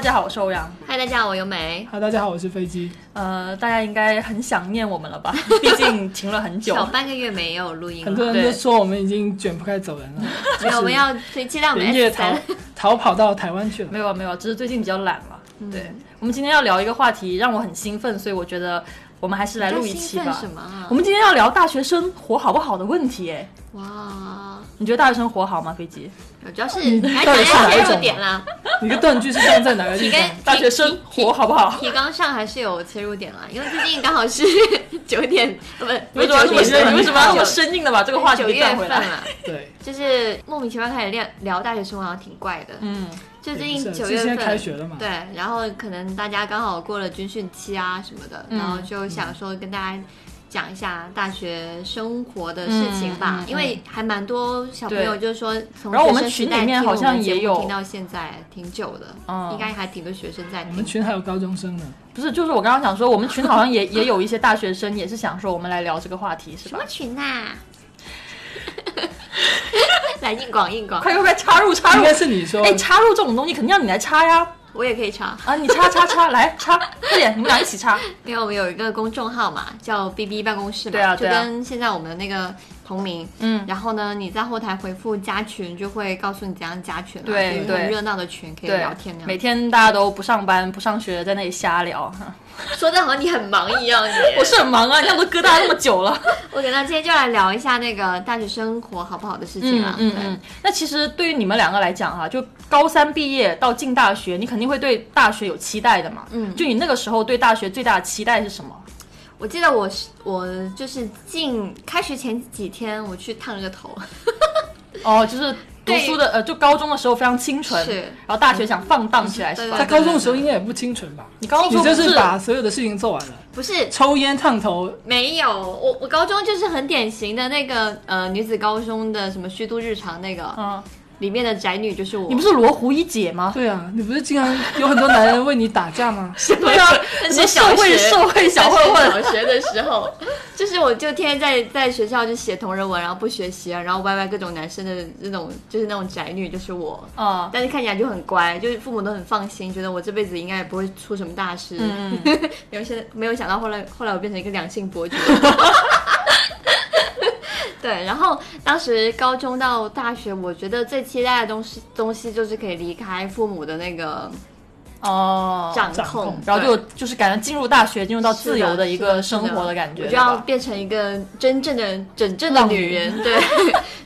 家好，我是欧阳。嗨，大家好，我尤美。嗨，大家好，我是飞机。呃，大家应该很想念我们了吧？ 毕竟停了很久。小半个月没有录音很多了，人对都说我们已经卷铺盖走人了，没有，我们要推期待我们连夜 S 逃三。 逃跑到台湾去了。没有啊没有啊，只是最近比较懒了。对，我们今天要聊一个话题，让我很兴奋，所以我觉得我们还是来录一期你在兴奋吧什。么啊我？们今天要聊大学生活好不好的问题，哎，哇，你觉得大学生活好吗？飞机，主要是嗯还到底想是要哪一切入种点啦，你的断句是用在哪个提地方？跟啊 大学生提活好不 好？提纲上还是有切入点啦，因为最近刚好是九点， 呃不，为什么要这不么是九深？点你为什么要这么九生硬的把这个话哎九题月带份回来？了，对，就是莫名其妙开始聊聊大学生活，好像挺怪的。嗯，就最也不近是九就月现份在开学了嘛对，然后可能大家刚好过了军训期啊什么的，嗯然后就想说跟大家讲一下大学生活的事情吧，嗯嗯嗯因为还蛮多小朋友就是说从然后我们学生时群代里面听我好像们节也目有听到现在挺久的，嗯应该还挺多学生在我们听。群还有高中生呢，不是，就是我刚刚想说，我们群好像也也有一些大学生也是想说我们来聊这个话题，是什吧么？群呐、 来硬广硬广，快快快，插入插应入该！是你说哎，插入这种东西肯定要你来插呀！我也可以唱。啊，你插插插，来插，快点，你们俩一起插。因为我们有一个公众号嘛，叫 B B 办公室嘛，对啊就对啊跟现在我们的那个同名，嗯，然后呢，你在后台回复加群，就会告诉你怎样加群、啊，对就是对很热闹的群可以对聊天那每样。天大家都不上班不上学，在那里瞎聊。 说的好像你很忙一样，你。我是很忙啊，你看我都疙瘩那么久了。 我给大家今天就来聊一下那个大学生活好不好的事情嗯啊。嗯嗯。那其实对于你们两个来讲哈、啊就高三毕业到进大学，你肯定会对大学有期待的嘛。嗯就你那个时候对大学最大的期待是什么？对我记得我是我就是进开学前几天我去烫了个头， 哦，就是读对书的呃，就高中的时候非常清纯，是然后大学想放荡起来对是对吧在？高中的时候应该也不清纯吧？你高你中就不是把所有的事情做完了，不是抽烟、烫头，没有，我我高中就是很典型的那个呃女子高中的什么虚度日常那个、嗯，里面的宅女就是我，你不是罗湖一姐吗？对啊，你不是经常有很多男人为你打架吗？对啊，但什么是社小会学社会小混混，小学的时候，就是我就天天在在学校就写同人文，然后不学习啊，然后歪歪各种男生的那种，就是那种宅女，就是我。啊，但是看起来就很乖，就是父母都很放心，觉得我这辈子应该也不会出什么大事。嗯， 没有现在没有想到后来后来我变成一个良性博主。 对，然后当时高中到大学，我觉得最期待的东西东西就是可以离开父母的那个哦，掌控，掌控然后就对就是感觉进入大学，进入到自由的一是个的是的生活的感觉，我对就要吧？变成一个真正的真正的女人， 对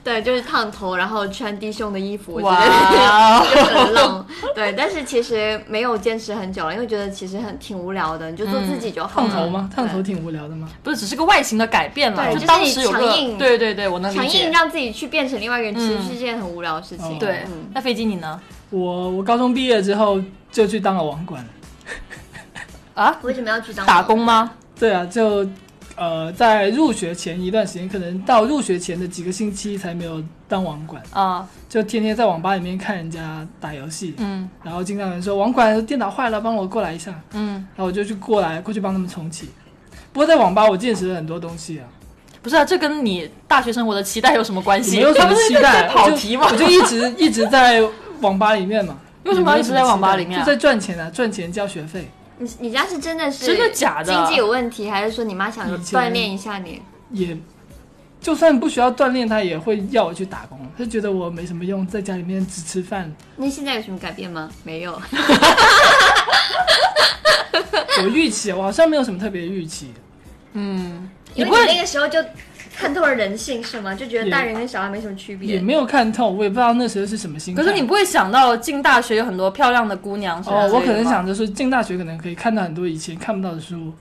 对，就是烫头，然后穿低胸的衣服，我觉得哇哦 就很浪。对，但是其实没有坚持很久了，因为觉得其实很挺无聊的，你就做自己就好烫了。头吗？烫头对。挺无聊的吗？不是只是个外形的改变了，对当时有就是个你强硬对对对，我能强理硬解。让自己去变成另外一个人，其实是件很无聊的事情。哦对嗯，那飞机你呢？我我高中毕业之后就去当了网管。啊，为什么要去当打？工吗？对啊，就呃，在入学前一段时间，可能到入学前的几个星期才没有当网管，啊，就天天在网吧里面看人家打游戏，嗯然后经常有人说网管电脑坏了，帮我过来一下，嗯，然后我就去过来过去帮他们重启。不过在网吧我见识了很多东西啊，不是啊，这跟你大学生活的期待有什么关系？没有什么 期待，跑我就题嘛我就一直一直在网吧里面嘛。为什么要一直在网吧里面啊就在赚钱啊，赚钱交学费。你你家是真的是真的假的经济有问题，还是说你妈想以前锻炼一下你？也就算不需要锻炼，他也会要我去打工。他觉得我没什么用，在家里面只吃 饭，那现在有什么改变吗？没有。我预期我好像没有什么特别预期，嗯，你因为不会你那个时候就看透了人性是吗？就觉得也大人跟小孩没什么区也别。没有看透，我也不知道那时候是什么心态。 可是你不会想到进大学有很多漂亮的姑娘什么之哦，类我的可能吗想着说进大学可能可以看到很多以前看不到的书，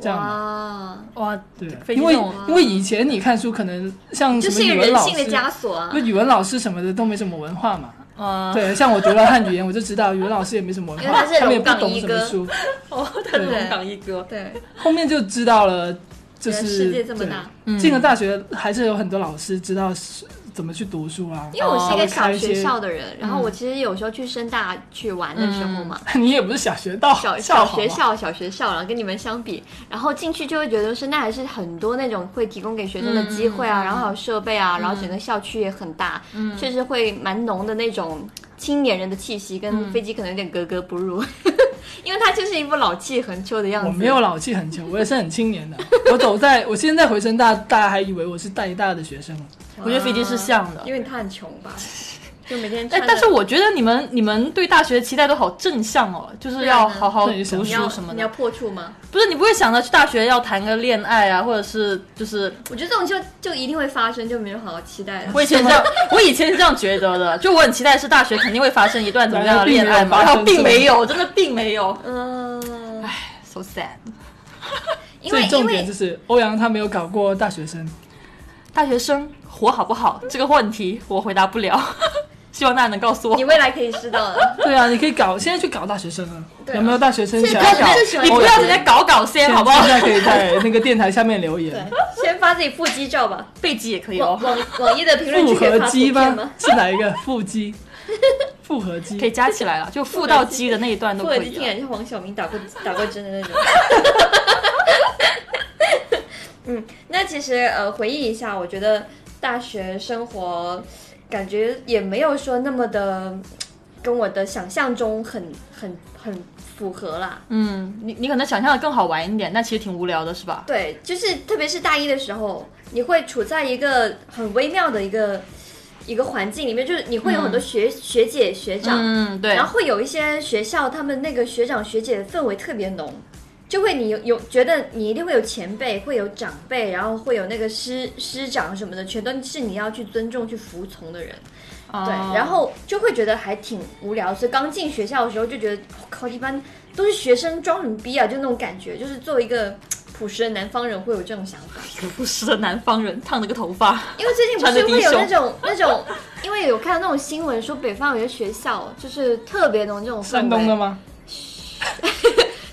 这样吧。哇，哇，对，飞机因为那种因为以前你看书可能像啊就什是么一个语文人老性的师，枷锁啊那。语文老师什么的都没什么文化嘛。呃，对，像我读了汉语言，我就知道语文老师也没什么文因为他化，是他们也龙不岗懂一什么哥书。哦，他对龙岗一哥，对，后面就知道了，就原是来世界这么大嗯对进了大学还是有很多老师知道是怎么去读书啊。因为我是一个哦小学校的人，然后我其实有时候去深大去玩的时候嘛， 你也不是小学到小嗯校小好吧学校小学校，然后跟你们相比，然后进去就会觉得深大还是很多那种会提供给学生的嗯机会啊，然后还有设备啊，然后整个校区也很大，确实会蛮浓的那种青年人的气息嗯跟飞机可能有点格格不入， 因为他就是一副老气横秋的样子。我没有老气很久，我也是很青年的。 我走在，我现在回深大，大家还以为我是带大的学生了。我觉得飞机是像的因。为他很穷 吧，就每天穿哎着。，但是我觉得你们你们对大学的期待都好正向哦，就是要对啊好好对读想书你要什么你要的。破处吗？不是你不会想着去大学要谈个恋爱啊，或者是就是我觉得这种就就一定会发生，就没有好好期待了。我以前这样，我以前是这样觉得的，就我很期待是大学肯定会发生一段怎么样的恋爱嘛，然然后后并并没没有，真的并没有嗯， ，so sad。因所为以重因点为就是欧阳他没有搞过大 学生，大学生活好不好这个问题我回答不了， 希望大家能告诉我你。未来可以知道的。 对啊，你可以搞，现在去搞大学生啊，对啊有没有大学生现想在要搞搞？最喜欢你不要人家搞搞先好不好现？在可以在那个电台下面留言，先发自己腹肌照吧，背肌也可以网哦，网网易的评论啊复区可以合发图肌片吗吗？？是哪一个？腹肌，复合可以肌。加起来了，就腹到肌的那一段都我可已经以啊听了。人家黄晓明打过打过针 的那种。嗯，那其实呃，回忆一下，我觉得大学生活感觉也没有说那么的跟我的想象中很很很符合啦。嗯，你你可能想象的更好玩一点，但其实挺无聊的，是吧？对，就是特别是大一的时候，你会处在一个很微妙的一个一个环境里面，就是你会有很多学、学姐学长，嗯，对然。后会有一些学校，他们那个学长学姐的氛围特别浓，就会你有有觉得你一定会有前辈，会有长辈，然后会有那个师师长什么的，全都是你要去尊重、去服从的人。对对，然后就会觉得还挺无聊，所以刚进学校的时候就觉得，我、靠，一般都是学生装什么逼啊，就那种感觉，就是作为一个朴实的南方人会有这种想 法。朴实的南方人烫了个头发，因为最近不穿着是低会有胸那种那种，因为有看到那种新闻说北方有些学校就是特别浓这种氛围山东的吗？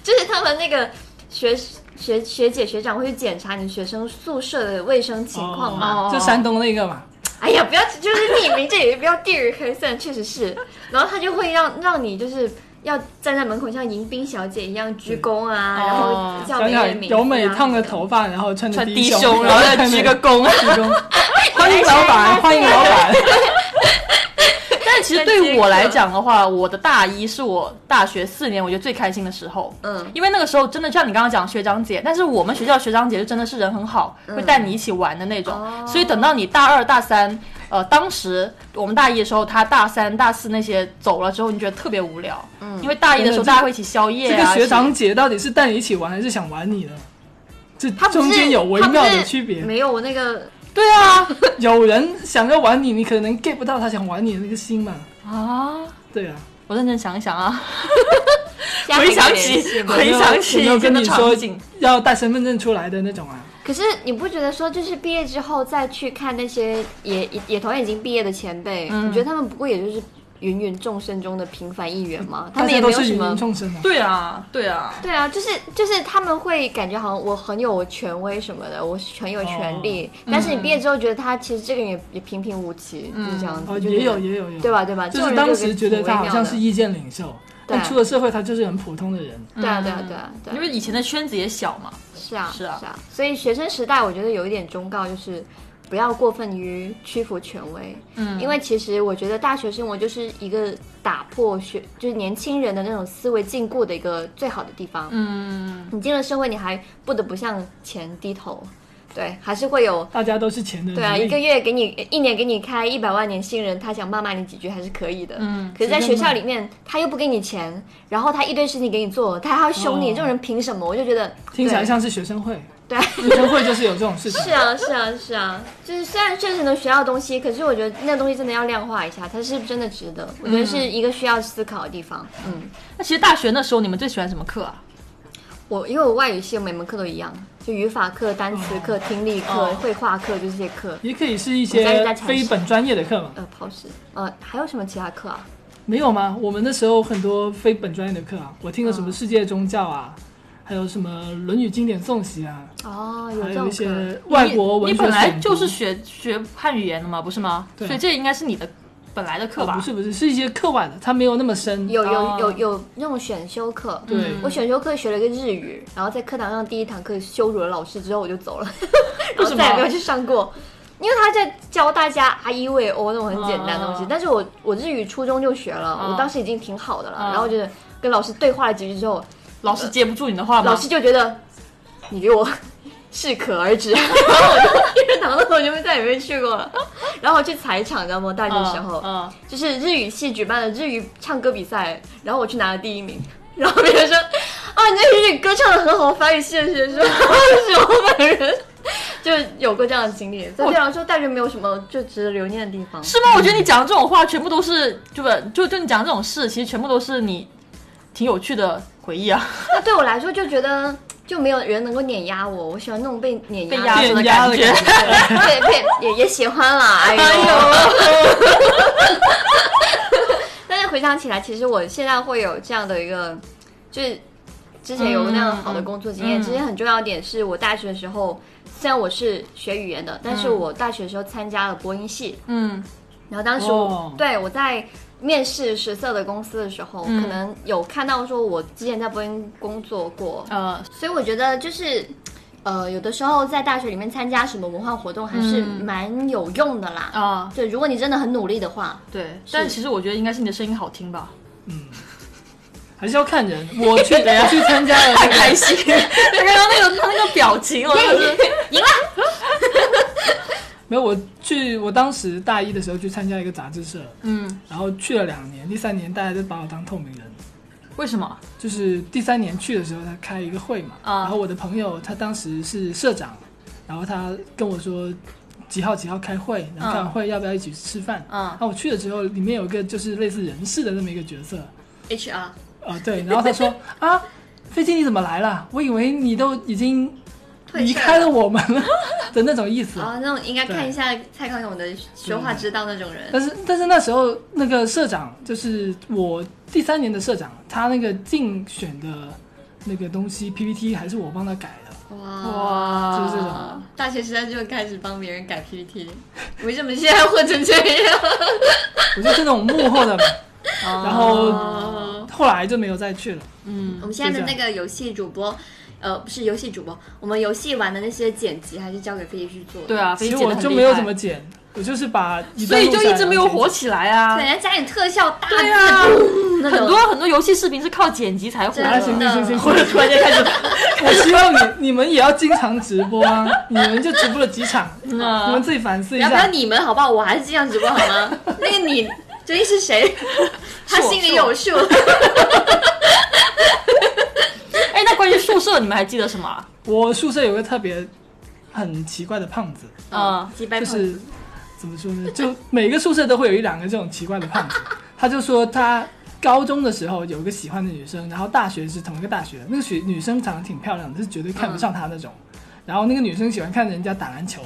就是他们那个学学学姐学长会去检查你学生宿舍的卫生情况嘛。哦就山东那个嘛。哎呀，不要就是匿名，这也不要地域黑算，确实是。然后他就会让让你就是要站在门口像迎宾小姐一样鞠躬哦啊，然后叫想别人想名字啊由美烫个头发，然后穿着穿低胸，胸，然后再鞠个躬。鞠躬。 欢迎老板，欢迎 老板。啊但 其实对我来讲的话，我的大一是我大学四年我觉得最开心的时候。嗯，因为那个时候真的像你刚刚讲学长姐，但是我们学校学长姐就真的是人很好，会带你一起玩的那种。哦所以等到你大二大三，呃，当时我们大一的时候，他大三大四那些走了之后，你觉得特别无聊。嗯，因为大一的时候真的这个大家会一起宵夜 这啊。个学一长起姐到底是带你一起玩，还是想玩你呢？这他不是中间有微妙的区他别不是。没有我那个对啊有人想要玩你，你可能 get 不到他想玩你的那个心嘛。啊！对啊，我认真想一想啊，家回庭想联起系嘛回有没有想起有没有以前跟的你说场景要带身份证出来的那种啊？可是你不觉得说，就是毕业之后再去看那些也也同样已经毕业的前辈，嗯你觉得他们不过也就是芸芸众生中的平凡一员吗？他嗯大们家也没都有是什芸么芸。众生啊。对啊，对啊，对啊，就是就是他们会感觉好像我很有权威什么的，我很有权哦利。但是你毕业之后觉得他其实这个人也也平平无奇，就是这样子。哦，就觉得也有也有也有，对吧？对吧？就这是种人当时觉得他好像是挺微妙意见领袖，对但出了社会他就是很普通的人。的对啊对啊对啊对啊因为以前的圈子也小嘛。是啊，是啊所以学生时代，我觉得有一点忠告就是。不要过分于屈服权威，嗯，因为其实我觉得大学生活就是一个打破学，就是年轻人的那种思维禁锢的一个最好的地方。嗯，你进了社会，你还不得不向前低头，对，还是会有，大家都是钱的对啊，奴隶一个月给你，一年给你开一百万年薪人，他想骂骂你几句还是可以的，嗯，可是，在随学便骂校里面，他又不给你钱，然后他一堆事情给你做，他还要凶你，哦这种人凭什么？我就觉得听起来对像是学生会，对，学生会就是有这种事情。是啊，是啊，是啊，就是虽然确实能学到东西，可是我觉得那东西真的要量化一下，它是不是真的值得？我觉得是一个需要思考的地方。嗯，那其实大学那时候你们最喜欢什么课啊？我因为我外语系我每门课都一样，就语法课、单词课、听力课、哦绘画课，就这些课。也可以是一我在些在尝试非本专业的课嘛？呃，抛石，呃，还有什么其他课啊？没有吗？我们那时候很多非本专业的课啊，我听了嗯什么世界宗教啊，还有什么《论语经典诵习》啊，哦，有还这有种一课。些外国你文你学本来选读就是学学汉语言的嘛，不是吗？对啊所以这应该是你的本来的课吧？哦不是不是，是一些课外的，它没有那么深。有哦有有有那种选修课，对嗯我选修课学了一个日语，然后在课堂上第一堂课羞辱了老师之后我就走了， 为然什么后再也没有去上过。因为他在教大家啊一尾欧那种很简单的东哦西，啊但是我我日语初中就学了，啊我当时已经挺好的了，啊然后就是跟老师对话了几句之后，老师接不住你的话吗？老师就觉得你给我 适可 而止，然后我就一直堂的我就再也没去过了。然后我去踩场，你知道吗？大学的时候，嗯，就是日语系举办的日语唱歌比赛，然后我去拿了第一名， 然后别人说啊，你这日语歌唱的很好，法语系的学生， 是我本人。就有过这样的经历，所以对我来说，大学没有什么就值得留念的地方。是吗？我觉得你讲的这种话，全部都是就不就就你讲这种事，其实全部都是你挺有趣的回忆啊。那对我来说，就觉得就没有人能够碾压我，我喜欢那 种被碾被压压的住变的压感的觉感。 对对，也也喜欢啦，哎呦。 但是回想起来，其实我现在会有这样的一个，就是之前有那样好的工作经验。嗯嗯其实很重要的点是我大学的时候，虽然我是学语言的，但是我大学的时候参加了播音系，嗯然后当时我、哦对我在。面试十色的公司的时候，嗯可能有看到说我之前在播音工作过，呃所以我觉得就是，呃，有的时候在大学里面参加什么文化活动还是嗯蛮有用的啦。啊，对，如果你真的很努力的话，对，但其实我觉得应该是你的声音好听 吧，还是要看人。我 去，我去参加了那个，心。对， 刚刚那个他那个表情，我真 的是没有，我去，我当时大一的时候去参加一个杂志社，嗯，然后去了两年，第三年大家就把我当透明人。为什么？就是第三年去的时候，他开一个会嘛，啊然后我的朋友他当时是社长，然后他跟我说几号几号开会，然后开完会要不要一起吃饭？嗯然后我去了之后，里面有一个就是类似人事的那么一个角色， HR 啊，对，然后他说啊，飞机你怎么来了？我以为你都已经离开了我们了 的那种意思。啊、那种应该看一下蔡康永的说话之道那种人。但是但是那时候那个社长就是我第三年的社长，他那个竞选的那个东西 PPT 还是我帮他改的，哇，哇啊就是这种。大学时代就开始帮别人改 PPT，为什么现在混成这样？我就是那种幕后的 嘛。然哦后后来就没有再去了。嗯我们现在的就这那个游戏主播，呃，不是游戏主播，我们游戏玩的那些剪辑还是交给飞机去做的。对啊，其飞实机剪我得很就厉没有害怎么剪，我就是把一所段以录就下一来直没有火。起来啊对，。人家加点特效，大字对啊嗯 那种很多很多游戏视频是靠剪辑才火真啊，的行的，行行 行，或者突然间开始，我希望你 你们也要经常直播啊， 你们就直播了几场，嗯 你们啊自己反思一要不要下。你们好不好？我还是这样直播好吗？那个你究竟是谁？他心里有数。哎，那关于宿舍你们还记得什么啊？我宿舍有个特别很奇怪的胖子，嗯，击败就胖是子。怎么说呢？就每个宿舍都会有一两个这种奇怪的胖子。他就说他高中的时候有一个喜欢的女生，然后大学是同一个大学，那个学女生长得挺漂亮的，是绝对看不上他那种。然后那个女生喜欢看人家打篮球，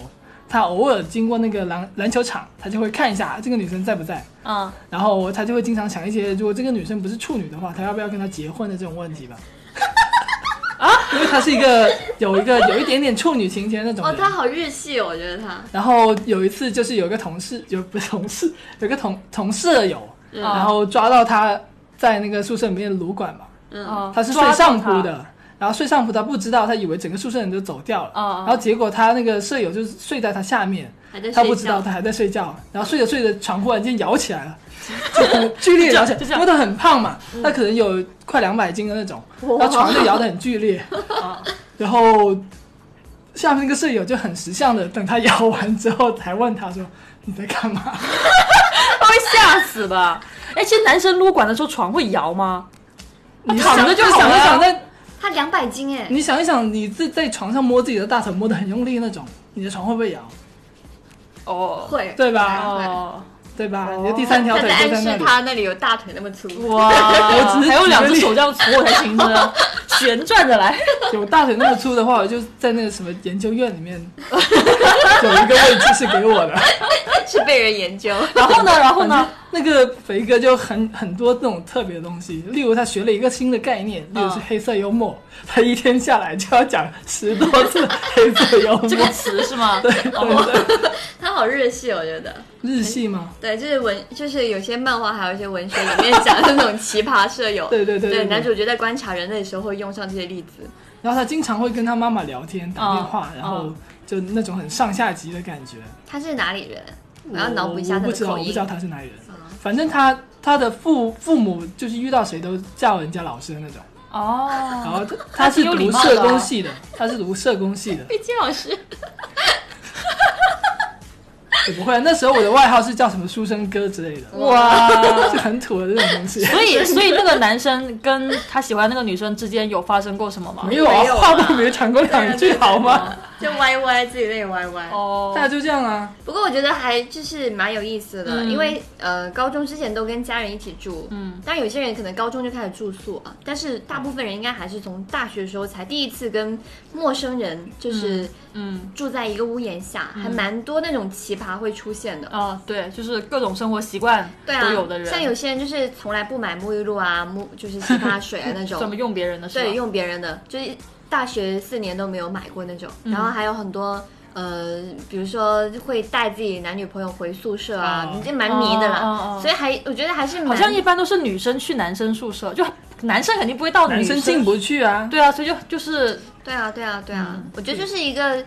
他偶尔经过那个篮篮球场，他就会看一下这个女生在不在。嗯，然后他就会经常想一些，如果这个女生不是处女的话，他要不要跟她结婚的这种问题吧。 啊，因为他是一个有一个有一点点处女情节那 种哦，人。他好日系哦，我觉得他。然后有一次就是有一个同事，有不是同事， 有个同同舍友，嗯然后抓到他在那个宿舍里面撸管嘛，嗯，嗯他是睡抓上住铺他的，然后睡上铺他不知道，他以为整个宿舍人都走掉了，嗯嗯然后结果他那个舍友就是睡在他下面，还在他睡不知道觉。他还在睡觉，然后睡着睡着床忽然间摇起来了，就很剧烈地摇起 来，就这因样为他很胖嘛，他可能有快两百斤的那 种，然后床就摇得很剧烈，啊然后下面那个舍友就很识相的，等他摇完之后才问他说：“你在干嘛他会吓死吧？哎，其实男生撸管的时候床会摇吗？？”你躺想着就你好想一了想在，他两百斤哎，你想一想，你自己在床上摸自己的大腿摸得很用力那种，你的床会不会摇？哦，会对吧？哦，对吧？哦你的第三条他腿在就暗那示里。他那里有大腿那么粗。 哇，我只是还有两举只个例手这样扶我才行的， 旋转着来。有大腿那么粗的话，我就在那个什么研究院里面 有一个位置是给我的。是被人研究。然后呢，然后呢？那个肥哥就很很多那种特别的东西，例如他学了一个新的概念，例如是黑色幽默，他一天下来就要讲十多次黑色幽 默。这个词是吗？对对对， 他好日系，我觉得。日系吗？对，就是文，就是有些漫画，还有一些文学里面讲的那种奇葩舍友。对对对对对对男主角在观察人类的时候会用上这些例子。然后他经常会跟他妈妈聊天、打电话，嗯然后就那种很上下级的感觉。他是哪里人？我要脑补一下我他不的知道，口我不音知。道他是哪里人。嗯反正他他的父父母就是遇到谁都叫人家老师的那种。然哦，后他他是挺有礼读貌的社啊工系的，他是读社工系的。毕竟老师，也不会啊，那时候我的外号是叫什么书生哥之类的，哇！就很土的这种东西。所以，所以那个男生跟他喜欢那个女生之间有发生过什么吗？没有啊没，有啊话都没讲过两句好吗？就歪歪自己累歪歪。哦大家就这样啊，不过我觉得还就是蛮有意思的，嗯因为呃，高中之前都跟家人一起住，嗯，但有些人可能高中就开始住宿啊，但是大部分人应该还是从大学的时候才第一次跟陌生人就是嗯，住在一个屋檐下，还蛮多那种奇葩会出现的。哦，对，就是各种生活习惯对啊都有的，人，像有些人就是从来不买沐浴露啊、沐就是洗发水啊那 怎么种，用别人的是吧？对，用别人的，就是大学四年都没有买过那种。嗯然后还有很多呃，比如说会带自己男女朋友回宿舍啊哦，你这蛮迷的哦哦啦。哦所以还我觉得还是蛮好像一般都是女生去男生宿舍，就男生肯定不会到男女生进不去啊。对啊，所以就就是对啊，对啊，对啊，嗯我觉得就是一个，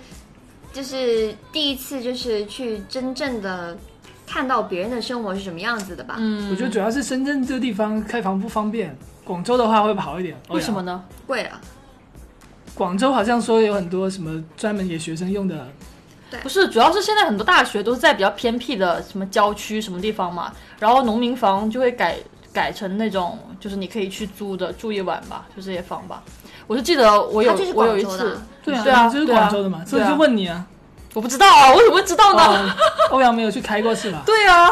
就是第一次就是去真正的看到别人的生活是什么样子的吧。嗯，我觉得主要是深圳这个地方开房不方便，广州的话会好一点。为什么哦呀？呢？贵啊，广州好像说有很多什么专门给学生用的，不是，主要是现在很多大学都是在比较偏僻的什么郊区什么地方嘛，然后农民房就会改改成那种，就是你可以去租的，住一晚吧，就这些房吧。我是记得我有它就是我有广一州的次啊，，对啊，对啊就是对啊广州的嘛，所以对啊就问你啊，我不知道 啊，我怎么会知道呢？哦欧阳没有去开过是吧？对啊，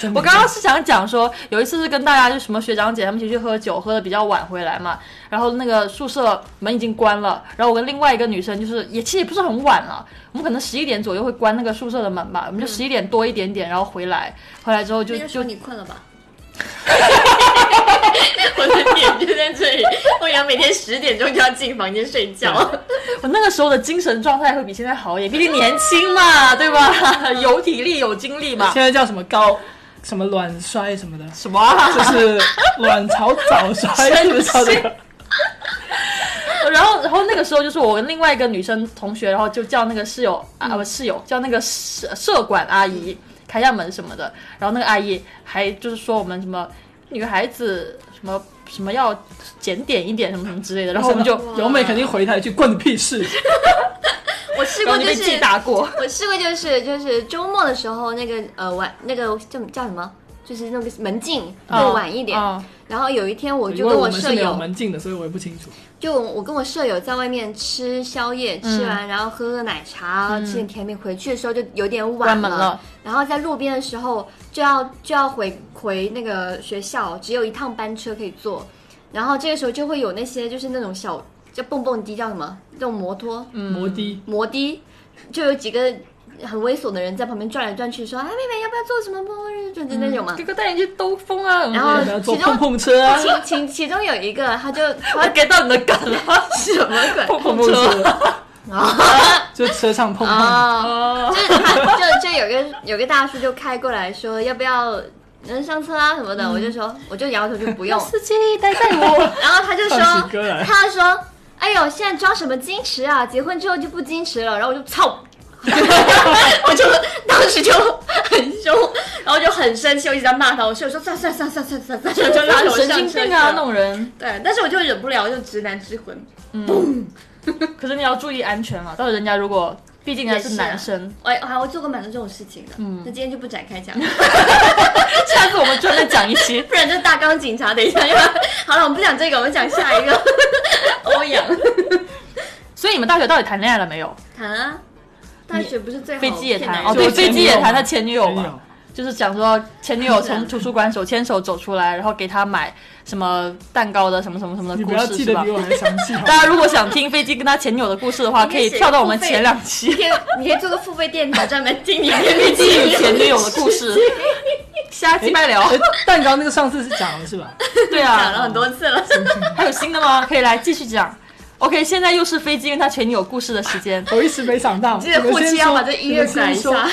真没我有刚刚是想讲说，有一次是跟大家就什么学长姐他们一起去喝酒，喝的比较晚回来嘛，然后那个宿舍门已经关了，然后我跟另外一个女生就是也其实也不是很晚了，我们可能十一点左右会关那个宿舍的门吧，我们就十一点多一点点，然后回来，回来之后就嗯那个时就候你困了吧？ 我的点就在这里，欧阳每天十点钟就要进房间睡觉。我那个时候的精神状态会比现在好一点，毕竟年轻嘛，对吧？ 有体力有精力嘛现。在叫什么高什么卵衰什么的，什么、啊？就是卵巢早衰，是不是叫这个？然后，然后那个时候就是我跟另外一个女生同学，然后就叫那个室友啊，嗯不、室友叫那个社社管阿姨开下门什么的。然后那个阿姨还就是说我们什么女孩子什么什么要检点一点什么什么之类的。然后我们就哇由美肯定回他一句关你屁事，我试然过后就就被是记打过。我试过就是就是周末的时候，那个呃晚那个叫叫什么，就是那个门禁会晚一点。嗯然后有一天我哦因就为跟我们是舍没有友，门禁的，所以我也不清楚。就我我跟我舍友在外面吃宵夜，嗯吃完然后喝喝奶茶，吃点甜品，回去的时候就有点关晚门了然后在路边的时候就要就要回回那个学校，只有一趟班车可以坐。然后这个时候就会有那些就是那种小叫蹦蹦迪叫什么，那种摩托，摩的，摩的，就有几个很猥琐的人在旁边转来转去，说：“啊，妹妹要不要做什么末日？”就是那种嘛哥。哥带你去兜风啊，然后要坐其中碰碰车啊，其其其中有一个，他就我他 get 到你的梗 了，什么鬼 碰碰车。，就车上碰碰。啊？哦就是他就就有个有个大叔就开过来说：“要不要能上车啊什么的？”我就说我就摇头就不用。司机带带我，然后他就唱起说歌来他说：“哎呦，现在装什么矜持啊？结婚之后就不矜持了。”然后我就操，我就当时就很凶，然后就很生气，我一直在骂他。我室友说：“算算算算算算算， 就拉着我神上经车病啊，去那 种人。对，但是我就忍不了，就直男之魂。可是你要注意安全啊，到时候人家如果，毕竟人家是啊男生，我哎我还我做过蛮多这种事情的，嗯，那今天就不展开讲， 下次我们专门讲一期。 不然就大纲警察。等一下，要不然 好了，我们不讲这个，我们讲下 一个。 欧阳所以你们大学到底谈恋爱了没有？谈啊，大学不是最好飞机也骗男谈人哦，对，就前飞女友机也谈嘛他前女友没嘛有，，啊就是讲说前女友 从图书馆手牵手走出来，然后给他买什么蛋糕的什么什么什么你的不故要事记是得吧比？我还详细好 吗。大家如果想听飞机跟他前女友的故事的话，你可可以以写跳到我们付费前两你期可以你可以做个付费电台，专门听你的飞飞机与前女友的故 事，下期拜聊哎。蛋糕那个上次是讲了是吧？对讲了啊，很多次了。还有新的吗？ 可以来继续讲。OK，现在又是飞机跟他前女友故事的时间。我一时没想到。记得你们护先妻要说把这音乐你们改一先说下，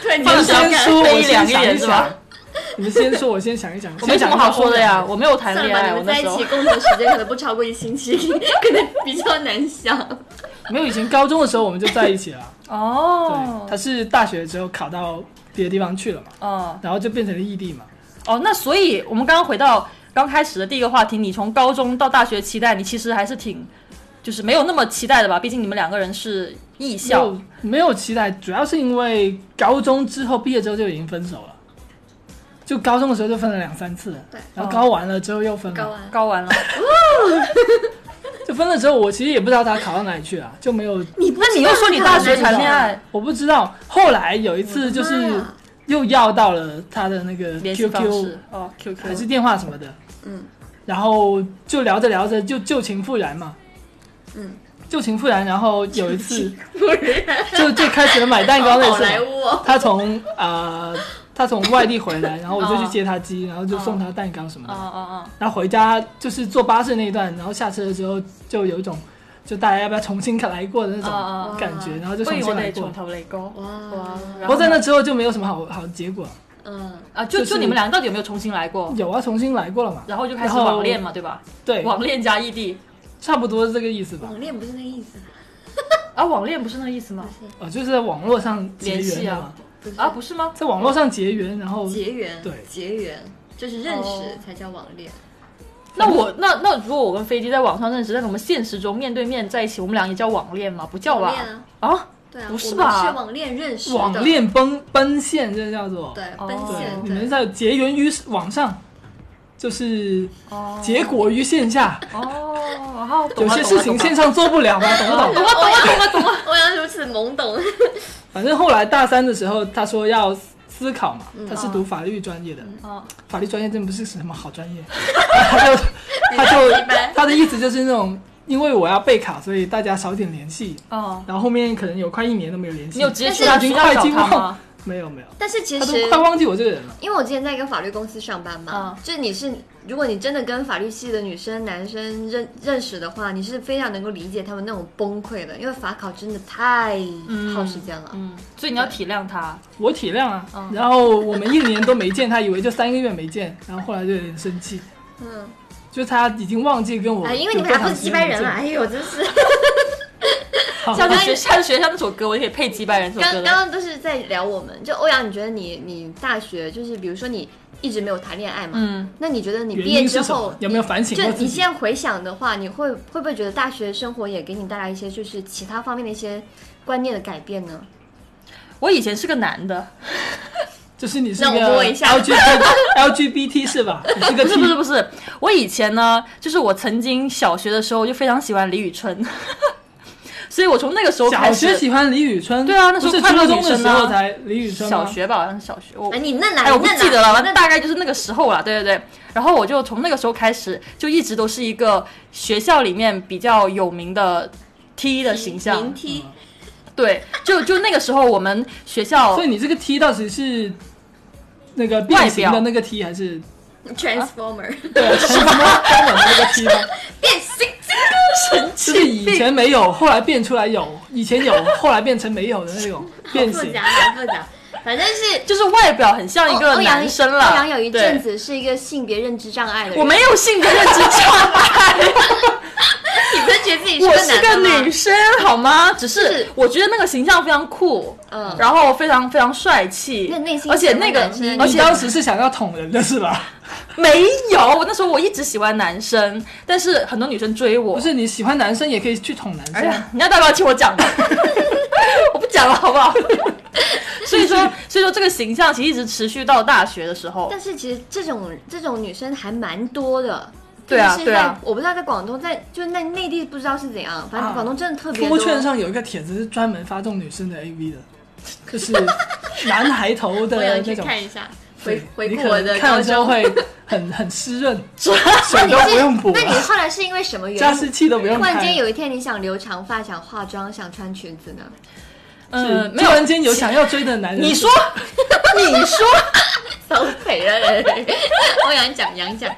突然放声间想先改说，飞我一两先一想点是吧想。 你们先说，我先想一想。我没什么好说的呀，先我没有谈算了恋吧，爱，你我们那在一时候起共同时间可能不超过一星期，可能比较难想。讲一下。没有，以前高中的时候我们就在一起 了。哦对，，他是大学之后考到别的地方去了嘛，嗯，然后就变成了异地嘛。哦，那所以我们刚刚回到刚开始的第一个话题，你从高中到大学期待，你其实还是挺，就是没有那么期待的吧？毕竟你们两个人是艺校就，没有期待，主要是因为高中之后毕业之后就已经分手了，就高中的时候就分了两三次了对，然后高完了之后又分高安，了，哦高 完了，就分了之后，我其实也不知道他考到哪里去啊了，就没有，你不那你又说你大学谈恋爱，我不知道。后来有一次就我的妈是呀又要到了他的那个联系方 QQ 式哦，QQ 还是电话什么的，嗯，然后就聊着聊着就旧情复燃嘛，嗯，旧情复燃，然后有一次不然就就开始了买蛋糕那好次嘛，莱坞哦，他从呃，他从外地回 来，然后我就哦去接他机，然后就送他蛋糕什么哦的。哦然后回家就是坐巴士那一段，然后下车的时候就有一种，就大家要不要重新来过的那哦种哦感觉，哇然后就哦，重以我新得来从过。头来过。哇哇，然不后过在那之后就没有什么好好结果。嗯，啊，就就是就你们俩到底有没有重新来过？有啊，重新来过了嘛？然后就开始然后网恋嘛，对吧？对，网恋加异地差不多是这个意思吧。网恋不是那个意思，啊，网恋不是那个意思吗？哦，就是在网络上结联缘系的啊嘛，不是啊，不是吗？在网络上结缘，然后结缘，对结缘就是认识哦才叫网恋。那我那那如果我跟飞机在网上认识，但是我们现实中面对面在一起，我们俩也叫网恋吗？不叫网吧？恋啊，啊，对啊，不是我们吧是网恋认识的，网恋奔奔现，这叫做对哦奔对现，你对们在结缘于网上，就是哦，结果于线下。哦，好，懂有了些事情线上做不了嘛， 懂不懂？懂了懂了懂了懂 了，欧阳如此懵懂， 反正后来大三的时候，他说要思考嘛，嗯他是读法律专业的，哦法律专业真不是什么好专 业。他就他就一般他的意思就是那种，因为我要备考，所以大家少点联系。哦，然后后面可能有快一年都没有联系，你有直接去但他是学校找已经他快进吗化？ 没有没有，但是其他都实快忘记我这个人了。啊因为我之前在一个法律公司上班嘛，嗯就是你是，如果你真的跟法律系的女生、男生认认识的话，你是非常能够理解他们那种崩溃的，因为法考真的太嗯耗时间了。嗯，所以你要体谅他。我体谅啊，嗯然后我们一年都没见，他以为就三个月没见，然后后来就有点生气，嗯，就他已经忘记嗯跟我哎，因为你有们俩多不长是时几间百没人了，见啊哎呦，真是。好下次学下次学校那首歌，我也可以配几百人这首刚歌刚的。刚都是在聊我们，就欧阳，你觉得你你大学就是，比如说你一直没有谈恋爱嘛，嗯，那你觉得你原毕业因之是什后么？有没有反省就过你自己现？在回想的话，你会会不会觉得大学生活也给你带来一些就是其他方面的一些观念的改变呢？我以前是个男的，就是你是让个我摸一下 LGBT LGBT 是吧？你是个不 T，是不是不是，我以前呢，就是我曾经小学的时候就非常喜欢李宇春， 所以我从那个时候开小始，学喜欢李宇春，对啊那时候不是快乐初中女的生时啊候才李宇春吗小学吧，好像是小学，我哎，你嫩啊，哎，我你不嫩记得啊了，那大概就是那个时候了，对对对。然后我就从那个时候开始，就一直都是一个学校里面比较有名的 T 的形象明，梯对，就就那个时候我们学校所以你这个 T 到底是那个变形的那个 T 还是 Transformer 对啊是什么版本的那个 T 吗？变形金就是以前没有，后来变出来有；以 前有，后来变成没有的那种变刚，形复。杂好复杂，反正是就是外表很像一个欧欧阳男生欧了。阳有一对阵子是一个性别认知障碍的人，我没有性别认知障 碍，你不是觉得自己我是是个个男的女吗？生，好吗？只就是是我觉得那个形象非常酷，嗯然后非常非常帅气那内，心而且喜欢那个男生，而你且当时是想要捅人的是吧？没有，我那时候我一直喜欢男生，但是很多女生追我。不，是你喜欢男生也可以去捅男哎生啊，呀，你要不要听我 讲吧？我不讲了，好不好？所以说，所以说这个形象其实一直持续到大学的时候。但是其实这种这种女生还蛮多的。对啊特别是对啊在我不知道在广东，在就是那内地不知道是怎样，反正啊广东真的特别多。多圈上有一个帖子是专门发送女生的 AV 的，就是 男孩头的我想那去种。看一下，对回回你顾可我能的看高了之后中。会很 很湿润， 那水你都是不用补那你了，后来是因为什么原 加因湿？器都不用突然间开。有一天你想留长发、想化妆、想穿裙子呢？嗯、是没有突然间有想要追的男人，你说，你说， 收肥了，欧阳讲杨讲，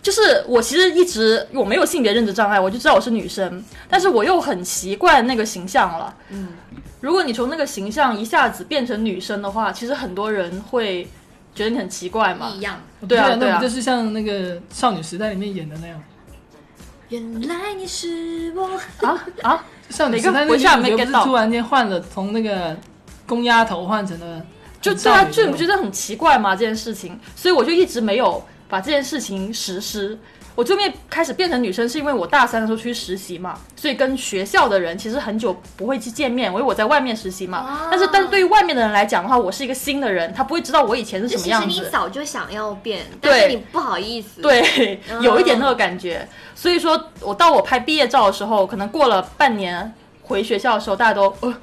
就是我其实一直我没有性别认知障碍，我就知道我是女生，但是我又很习惯那个形象了。嗯，如果你从那个形象一下子变成女生的话，其实很多人会觉得你很奇怪嘛异。样。对啊对那啊不就是像那个少女时代里面演的那样？原来你是我，嗯啊啊，就少女时代哪那个我个一下没女主角 get 不到是突然间换了，从那个公丫头换成了就很对少啊，女就的你不觉得很奇怪吗？这件事情，所以我就一直没有把这件事情实施。我最面开始变成女生，是因为我大三的时候去实习嘛，所以跟学校的人其实很久不会去见面，因为我在外面实习嘛。啊哦但是，但是对于外面的人来讲的话，我是一个新的人，他不会知道我以前是什就么其样实子。你早就想要变，但是对你不好意思。，对，嗯有一点那个感觉。所以说我到我拍毕业照的时候，可能过了半年回学校的时候，大家都呃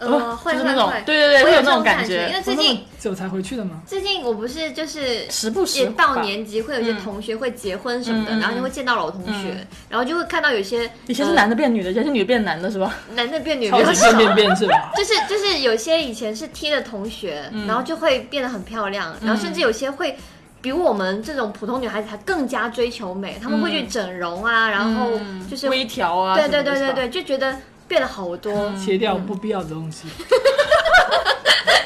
呃，呃，会就是会那种会对对对，我会有这那种种感觉，因觉，为最那近么久才回 去的吗？最近我不是就是时不时也到吧年级会有一些嗯同学会结婚什么的，嗯嗯然后就会见到老同学，然后就会看到有些以前是呃男的变女的，以前是女的变男的，是吧？男的变女的超比较级少变。变变是吧？ 就是就是有些以前是 T 的同学，然后就会变得很漂亮，然后甚至有些会比我们这种普通女孩子还更加追求美，他们会去整容啊，然后就是嗯微调啊，对什么对的对是对吧对，就觉得变了好多。切掉不必要的东西，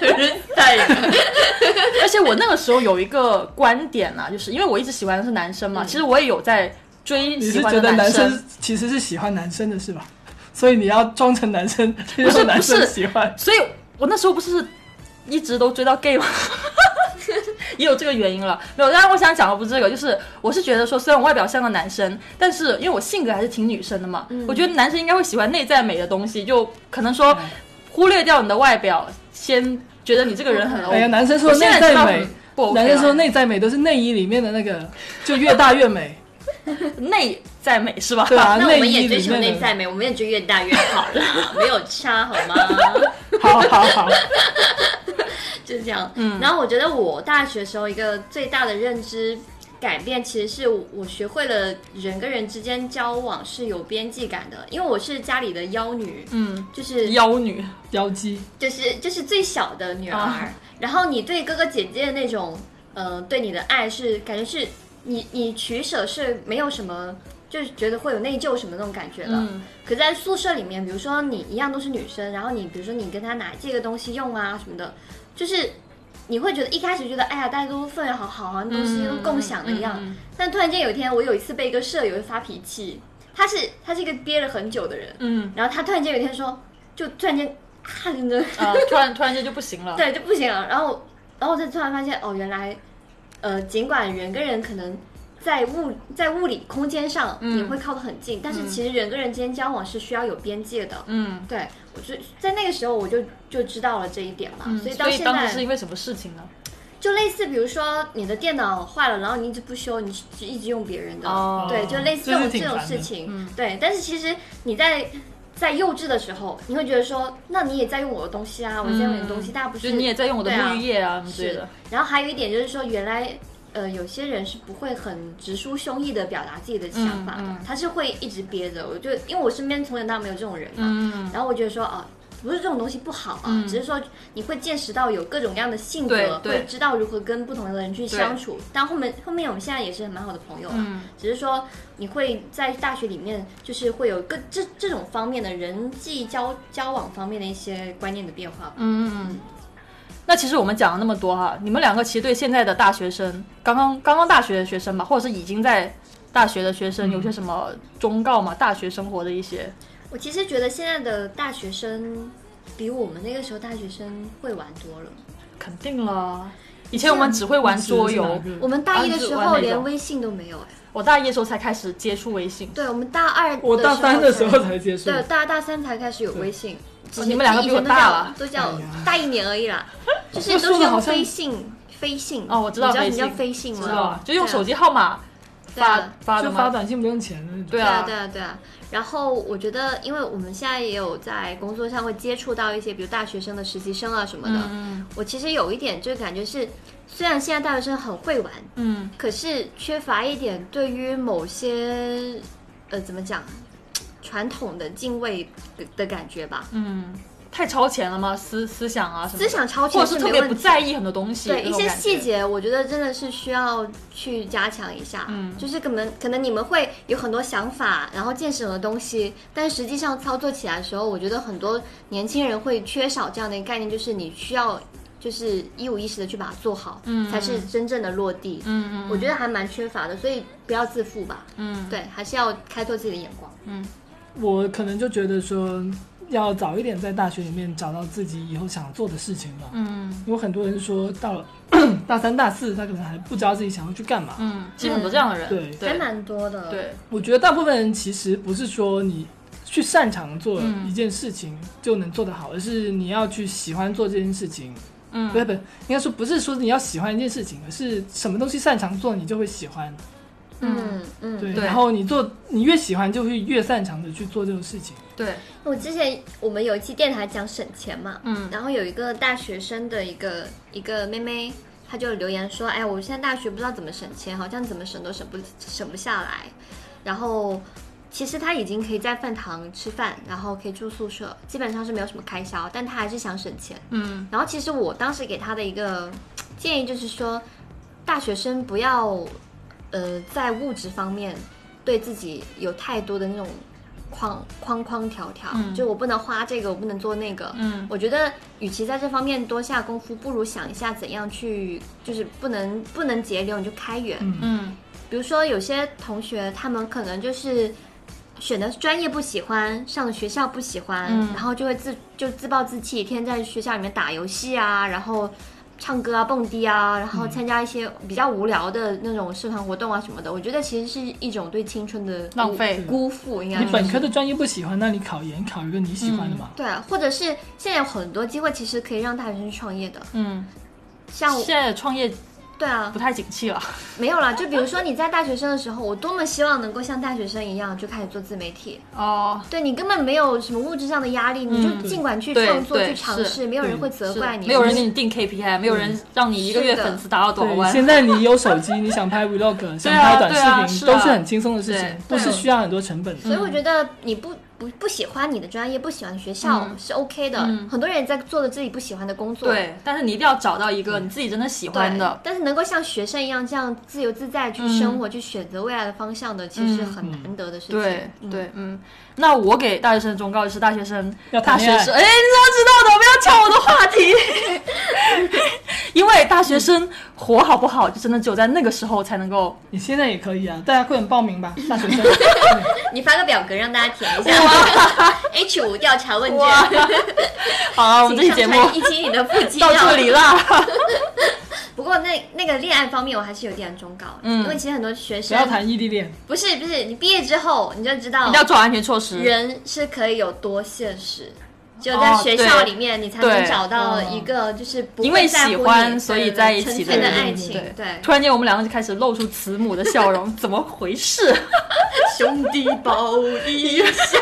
嗯 而且我那个时候有一个观点啊，就是因为我一直喜欢的是男生嘛，其实我也有在追你是喜欢觉的得男生生。其实是喜欢男生的是吧？ 所以你要装成男生， 不不是男生不是喜欢，所以我那时候不是一直都追到 gay 吗？ 也有这个原因了，没有。当然，我想讲的不是这个，就是我是觉得说，虽然我外表像个男生，但是因为我性格还是挺女生的嘛，嗯我觉得男生应该会喜欢内在美的东西，就可能说嗯忽略掉你的外表，先觉得你这个人嗯很 OK。哎呀，男生说我现内在知道在很美，不 OK 啊了。男生说内在美都是内衣里面的那个，就越大 越美，内在美是吧？对啊，那我内们衣也追里求内面在的，美，我们也就越大越好 了，没有差好吗？ 好好好，就这样。嗯，然后我觉得我大学时候一个最大的认知改变，其实是我学会了人跟人之间交往是有边际感的，因为我是家里的妖女，嗯，就是妖女，妖姬，就是就是最小的女儿，啊然后你对哥哥姐姐的那种，呃，对你的爱是感觉是你你取舍是没有什么，就是觉得会有内疚什么那种感觉了。嗯可在宿舍里面，比如说你一样都是女生，然后你比如说你跟她拿这个东西用啊什么的，就是你会觉得一开始觉得哎呀大家都氛围好好，好像东西都共享的一样，嗯嗯嗯但突然间有一天，我有一次被一个舍友发脾气，他是他是一个憋了很久的人，嗯，然后他突然间有一天说，就突然间啊真的。啊，突然突然间就不行了。对，就不行了。然后，然后我就突然发现，哦，原来，呃，尽管人跟人可能在物在物理空间上嗯你会靠得很近，但是其实人跟人之间交往是需要有边界的。嗯，对，我就在那个时候我就就知道了这一点嘛，嗯，啊所所以到现当时是在因为什么事情呢？就类似，比如说你的电脑坏了，然后你一直不修，你就一直用别人的，哦对，就类似这这是种这挺种烦事的情，嗯对。但是其实你在在幼稚的时候，你会觉得说，那你也在用我的东西啊，我在用你的东西，大家不嗯就是是你也在用我的对啊沐浴液啊什么之类是的。，然后还有一点就是说，原来呃有些人是不会很直抒胸臆的表达自己的想法的，嗯嗯他是会一直憋着。我就因为我身边从小到大没有这种人嘛，嗯，然后我觉得说啊。不是这种东西不好啊，嗯只是说你会见识到有各种各样的性格，对对会知道如何跟不同的人去相处。但后面后面我们现在也是很蛮好的朋友了，啊嗯只是说你会在大学里面就是会有各这这种方面的人际交交往方面的一些观念的变化吧。嗯嗯。那其实我们讲了那么多哈，你们两个其实对现在的大学生，刚刚刚刚大学的学生吧，或者是已经在大学的学生，有些什么忠告嘛？大学生活的一些，我其实觉得现在的大学生比我们那个时候大学生会玩多了。肯定啦。以前我们只会玩桌游，我们大一的时啊候就玩那种连微信都没有哎，我大一的时候才开始接触微信。对我们大二，我大三的时候，才接触，对大二大三才开始有微信。之前哦你们两个比我大了以前都叫哎都呀叫大一年而已 啦，就是我都说是的好用像飞信，飞信哦我知道你知道飞什么信叫飞信吗？知道啊，就用手机号码对啊发对啊发的就发吗？短信不用钱的那种，对对啊，啊对，啊，对啊。然后我觉得，因为我们现在也有在工作上会接触到一些，比如大学生的实习生啊什么的。嗯我其实有一点就感觉是，虽然现在大学生很会玩，嗯可是缺乏一点对于某些呃怎么讲传统的敬畏的的感觉吧。嗯，太超前了吗？思思想啊什么的？思想或超前者是特没别问不题。在意很多东西，对那一种些感觉细，节，我觉得真的是需要去加强一下。嗯就是可能可能你们会有很多想法，然后见识很多东西，但实际上操作起来的时候，我觉得很多年轻人会缺少这样的概念，就是你需要就是一五一十的去把它做好，嗯才是真正的落地。嗯嗯，我觉得还蛮缺乏的，所以不要自负吧。嗯对，还是要开拓自己的眼光。我可能就觉得说，要早一点在大学里面找到自己以后想做的事情吧。嗯有很多人说到 了大三、大四，他可能还不知道自己想要去干嘛。嗯，基本都这样的人，对还对蛮多的。，对，我觉得大部分人其实不是说你去擅长做嗯一件事情就能做得好，而是你要去喜欢做这件事情。嗯不是不是，应该说不是说你要喜欢一件事情，而是什么东西擅长做你就会喜欢。嗯嗯，对，对然后你做你越喜欢，就会越擅长的去做这种事情。对，我之前我们有一期电台讲省钱嘛，嗯然后有一个大学生的一个一个妹妹，她就留言说：“哎，我现在大学不知道怎么省钱，好像怎么省都省不省不下来。”然后其实她已经可以在饭堂吃饭，然后可以住宿舍，基本上是没有什么开销，但她还是想省钱。嗯然后其实我当时给她的一个建议就是说，大学生不要呃在物质方面对自己有太多的那种框框框条条，嗯就我不能花这个，我不能做那个。嗯我觉得，与其在这方面多下功夫，不如想一下怎样去，就是不能不能节流，你就开源。嗯嗯比如说，有些同学他们可能就是选的专业不喜欢，上的学校不喜欢，嗯然后就会自就自暴自弃，天天在学校里面打游戏啊，然后唱歌啊、蹦迪啊，然后参加一些比较无聊的那种社团活动啊什么的。我觉得其实是一种对青春的浪费辜负，应该你说本是科的专业不喜欢，那你考研考一个你喜欢的嘛？对啊，或者是现在有很多机会，其实可以让大学生创业的，嗯，像我现在创业对啊不，太景气了，没有啦，就比如说你在大学生的时候，我多么希望能够像大学生一样就开始做自媒体，哦，对你根本没有什么物质上的压力，你就尽管去嗯对创作、对去尝试，是嗯没有人会责是怪你，没有人给你定 KPI，没有人让你一个月是的粉丝达到多少嗯对，万，现在你有手机，你想 拍 vlog，对想啊拍短对啊视频，是啊都是很轻松的事情对，嗯不是需要很多成本的。所以我觉得你不不不喜欢你的专业，不喜欢学校嗯是 OK 的，嗯很多人也在做着自己不喜欢的工作，对，但是你一定要找到一个你自己真的喜欢嗯对的，，嗯但是能够像学生一样这样自由自在去生活、去选择未来的方向的，其实是很难得的事情。对嗯对，嗯，那我给大学生的忠告就是，大学生要大谈学恋爱生，哎，你怎么知道的？不要抢我的话题。 因为大学生活好不好，就真的只有在那个时候才能够。 你现在也可以啊，大家快点报名吧，大 学生。 你发个表格让大家填一下 H 五调查问哇卷， 好了，我们这期请节上目传一期你的腹肌到这照。里了。不过那那个恋爱方面，我还是有点忠告，嗯因为其实很多学不生要谈异地恋，不是不是，你毕业之后你就知道一定 要做好安全措施。人是可以有多现实。只有在学校里面，你才能对找到一个就是不因为会在乎喜你欢，所以在一起纯粹的人爱情，对对，突然间，我们两个就开始露出慈母的笑容，怎么回事？ 兄弟抱一下。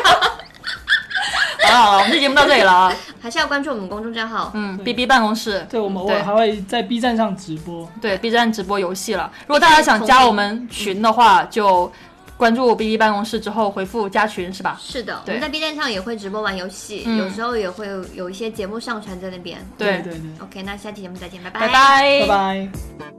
好了好了，我们这节目到这里了啊。 还是要关注我们公众账号。嗯，B B 办公室，对我们偶尔对还会在 B 站上直播。对 B 站直播游戏了。如果大家想加我们群的话，就关注 B B 办公室之后回复加群是吧？是的，我对们在 B 站上也会直播玩游戏，嗯有时候也会有有一些节目上传在那边。对对对， OK，那下期节目再见，拜拜，拜拜拜拜。